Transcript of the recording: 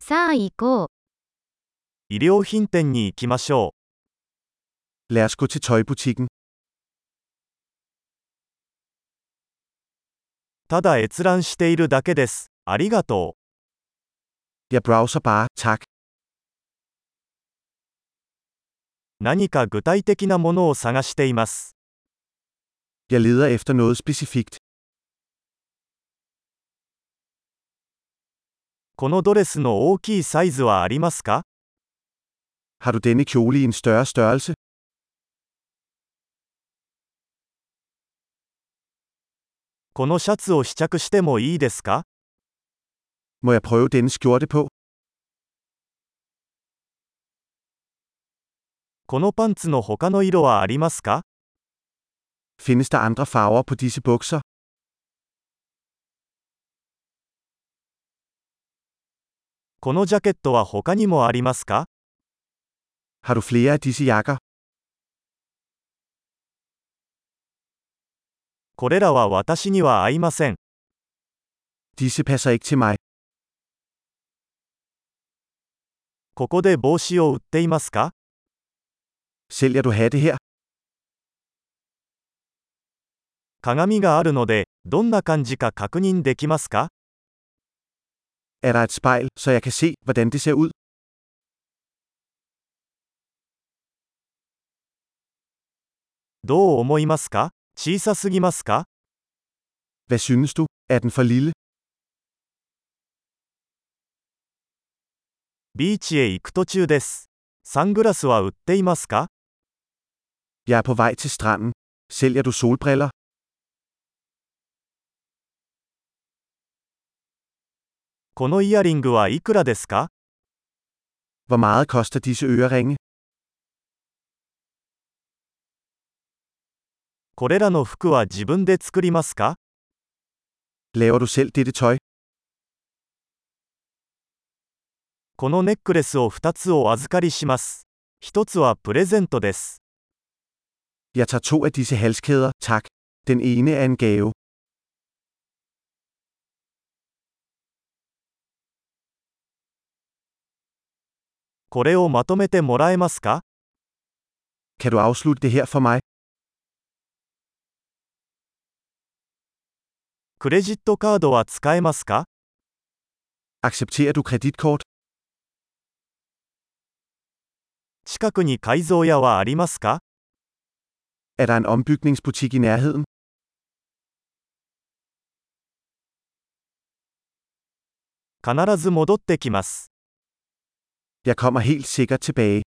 さあ行こう。医療品店に行きましょ Lad os gå til tøjbutikken. う。ただ閲覧しているだけです。ありがと Jeg browser bare, tak. う。何か具体的なものを探しています。 Jeg leder efter noget specifikt. このドレスの大きいサイズはありますか Har du denne kjole i en større størrelse? このシャツを試着してもいいですか Må jeg prøve denne skjorte på? このパンツの他の色はありますか Findes der andre farver på disse bukser? このジャケットは他にもありますか Har du flere af disse jakker? これらは私には合いません。 Disse passer ikke til mig. ここで帽子を売っていますか Sælger du hatte her? 鏡があるので、どんな感じか確認できますか Er der et spejl, så jeg kan se, hvordan det ser ud? どう思いますか小さすぎますか Hvad synes du? Er den for lille? ビーチへ行く途中です。サングラスは売っていますか Jeg er på vej til stranden. Sælger du solbriller? このイヤリングはいくらですか Hvor meget koster disse øreringe? これらの服は自分で作りますか Laver du selv dette tøj? このネックレスを2つお預かりします。1つはプレゼントです。 Jeg tager to af disse halskæder, tak. Den ene er en gave. これをまとめてもらえますか Kan du afslutte det her for mig? クレジットカードは使えますか Accepterer du kreditkort? 近くに改造屋はありますか Er der en ombygningsbutik i nærheden? 必ず戻ってきます。 Jeg kommer helt sikkert tilbage.